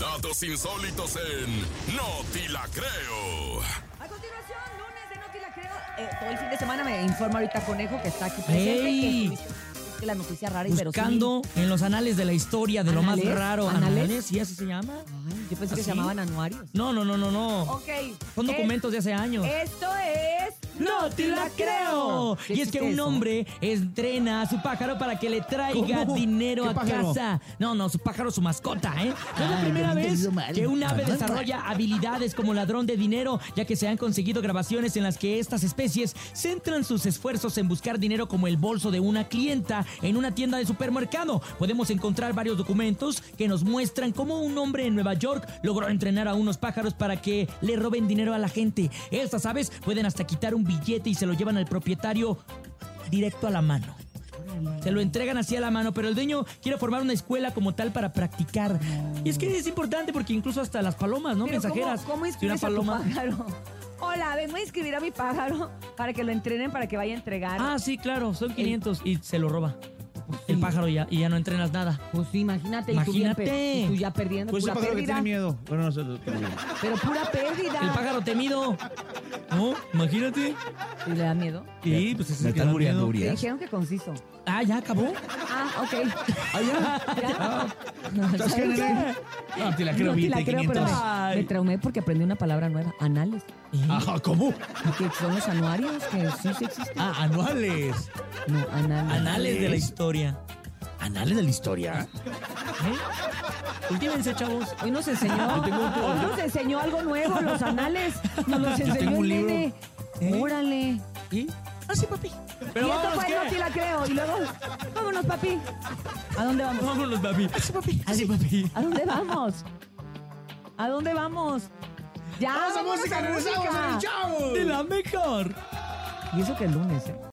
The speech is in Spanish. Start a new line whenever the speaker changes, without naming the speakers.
Datos insólitos en No Te La Creo.
A continuación, lunes de No Te La Creo. Eh, todo el fin de semana me informa ahorita Conejo, que está aquí presente.
¡Ey!
Que estuviste- que la noticia rara y
Buscando en los anales de la historia de lo más
¿Anales?
raro.
¿Anales?
¿Anales? ¿Y eso se llama?
verosímil. Ay, yo pensé que
¿Ah,
se
sí?
llamaban anuarios.
No, no, no, no, no.
Ok.
Son
eh,
documentos de hace años.
Esto es.
¡No te la creo!
¿Sí
Y es que
existe
un
eso?
hombre entrena a su pájaro para que le traiga
¿Cómo?
dinero
¿Qué
a
pájaro?
casa. No, no, su pájaro, su mascota, ¿eh? No es la
Ay,
primera
lo he
vez
entendido mal.
que un ave
Ajá.
desarrolla habilidades como ladrón de dinero, ya que se han conseguido grabaciones en las que estas especies centran sus esfuerzos en buscar dinero como el bolso de una clienta en una tienda de supermercado. Podemos encontrar varios documentos que nos muestran cómo un hombre en Nueva York logró entrenar a unos pájaros para que le roben dinero a la gente. Estas aves pueden hasta quitar un billete y se lo llevan al propietario directo a la mano. Se lo entregan así a la mano, pero el dueño quiere formar una escuela como tal para practicar. Y es que es importante porque incluso hasta las palomas, ¿no?
Pero ¿cómo-
Mensajeras.
¿Cómo,
Si
inscribes a tu pájaro? Hola, vengo a inscribir a mi pájaro para que lo entrenen, para que vaya a entregar.
Ah, sí, claro, son 500 y se lo roba. El pájaro ya, y ya no entrenas nada.
Pues sí, imagínate,
Imagínate.
Y, tú bien pe- y tú ya perdiendo
Pues ese
pura
pájaro que
pérdida.
tiene miedo. Bueno, no sé. lo que tiene miedo.
Pero pura pérdida.
El pájaro temido. No, imagínate.
¿Y le da miedo?
Sí, pues es
Me
el que da
están muriendo,
miedo.
Te
Urias.
dijeron que conciso.
Ah, ya acabó.
Ah, ok. Ya.
¿Estás
¿Sabes
qué, nene?
qué?
No, Ah, te la creo
No,
bien,
la
te
creo,
500.
pero me, me traumé porque aprendí una palabra nueva. Anales.
Ah, ¿cómo?
Que son los anuarios, que sí, sí existen.
Ah, anuales.
No, anales.
Anales de la historia.
Anales de la historia.
¿Eh? Ultímense, chavos.
Hoy nos enseñó, hoy nos enseñó algo nuevo, los anales. Nos los
Yo
enseñó
tengo un
el
libro.
nene.
¿Eh?
Órale.
¿Y? Ah, sí, papi.
y
Pero
esto
vámonos,
fue
¿qué?
no te la creo. Y luego, vámonos, papi. ¿A dónde vamos?
Vámonos, papi. Así, papi. Así, papi.
¿A dónde vamos? ¿A dónde vamos? Ya.
Vamos a
vámonos
música, regresamos
música.
en el chavo.
De la mejor.
Y eso que es lunes, ¿eh?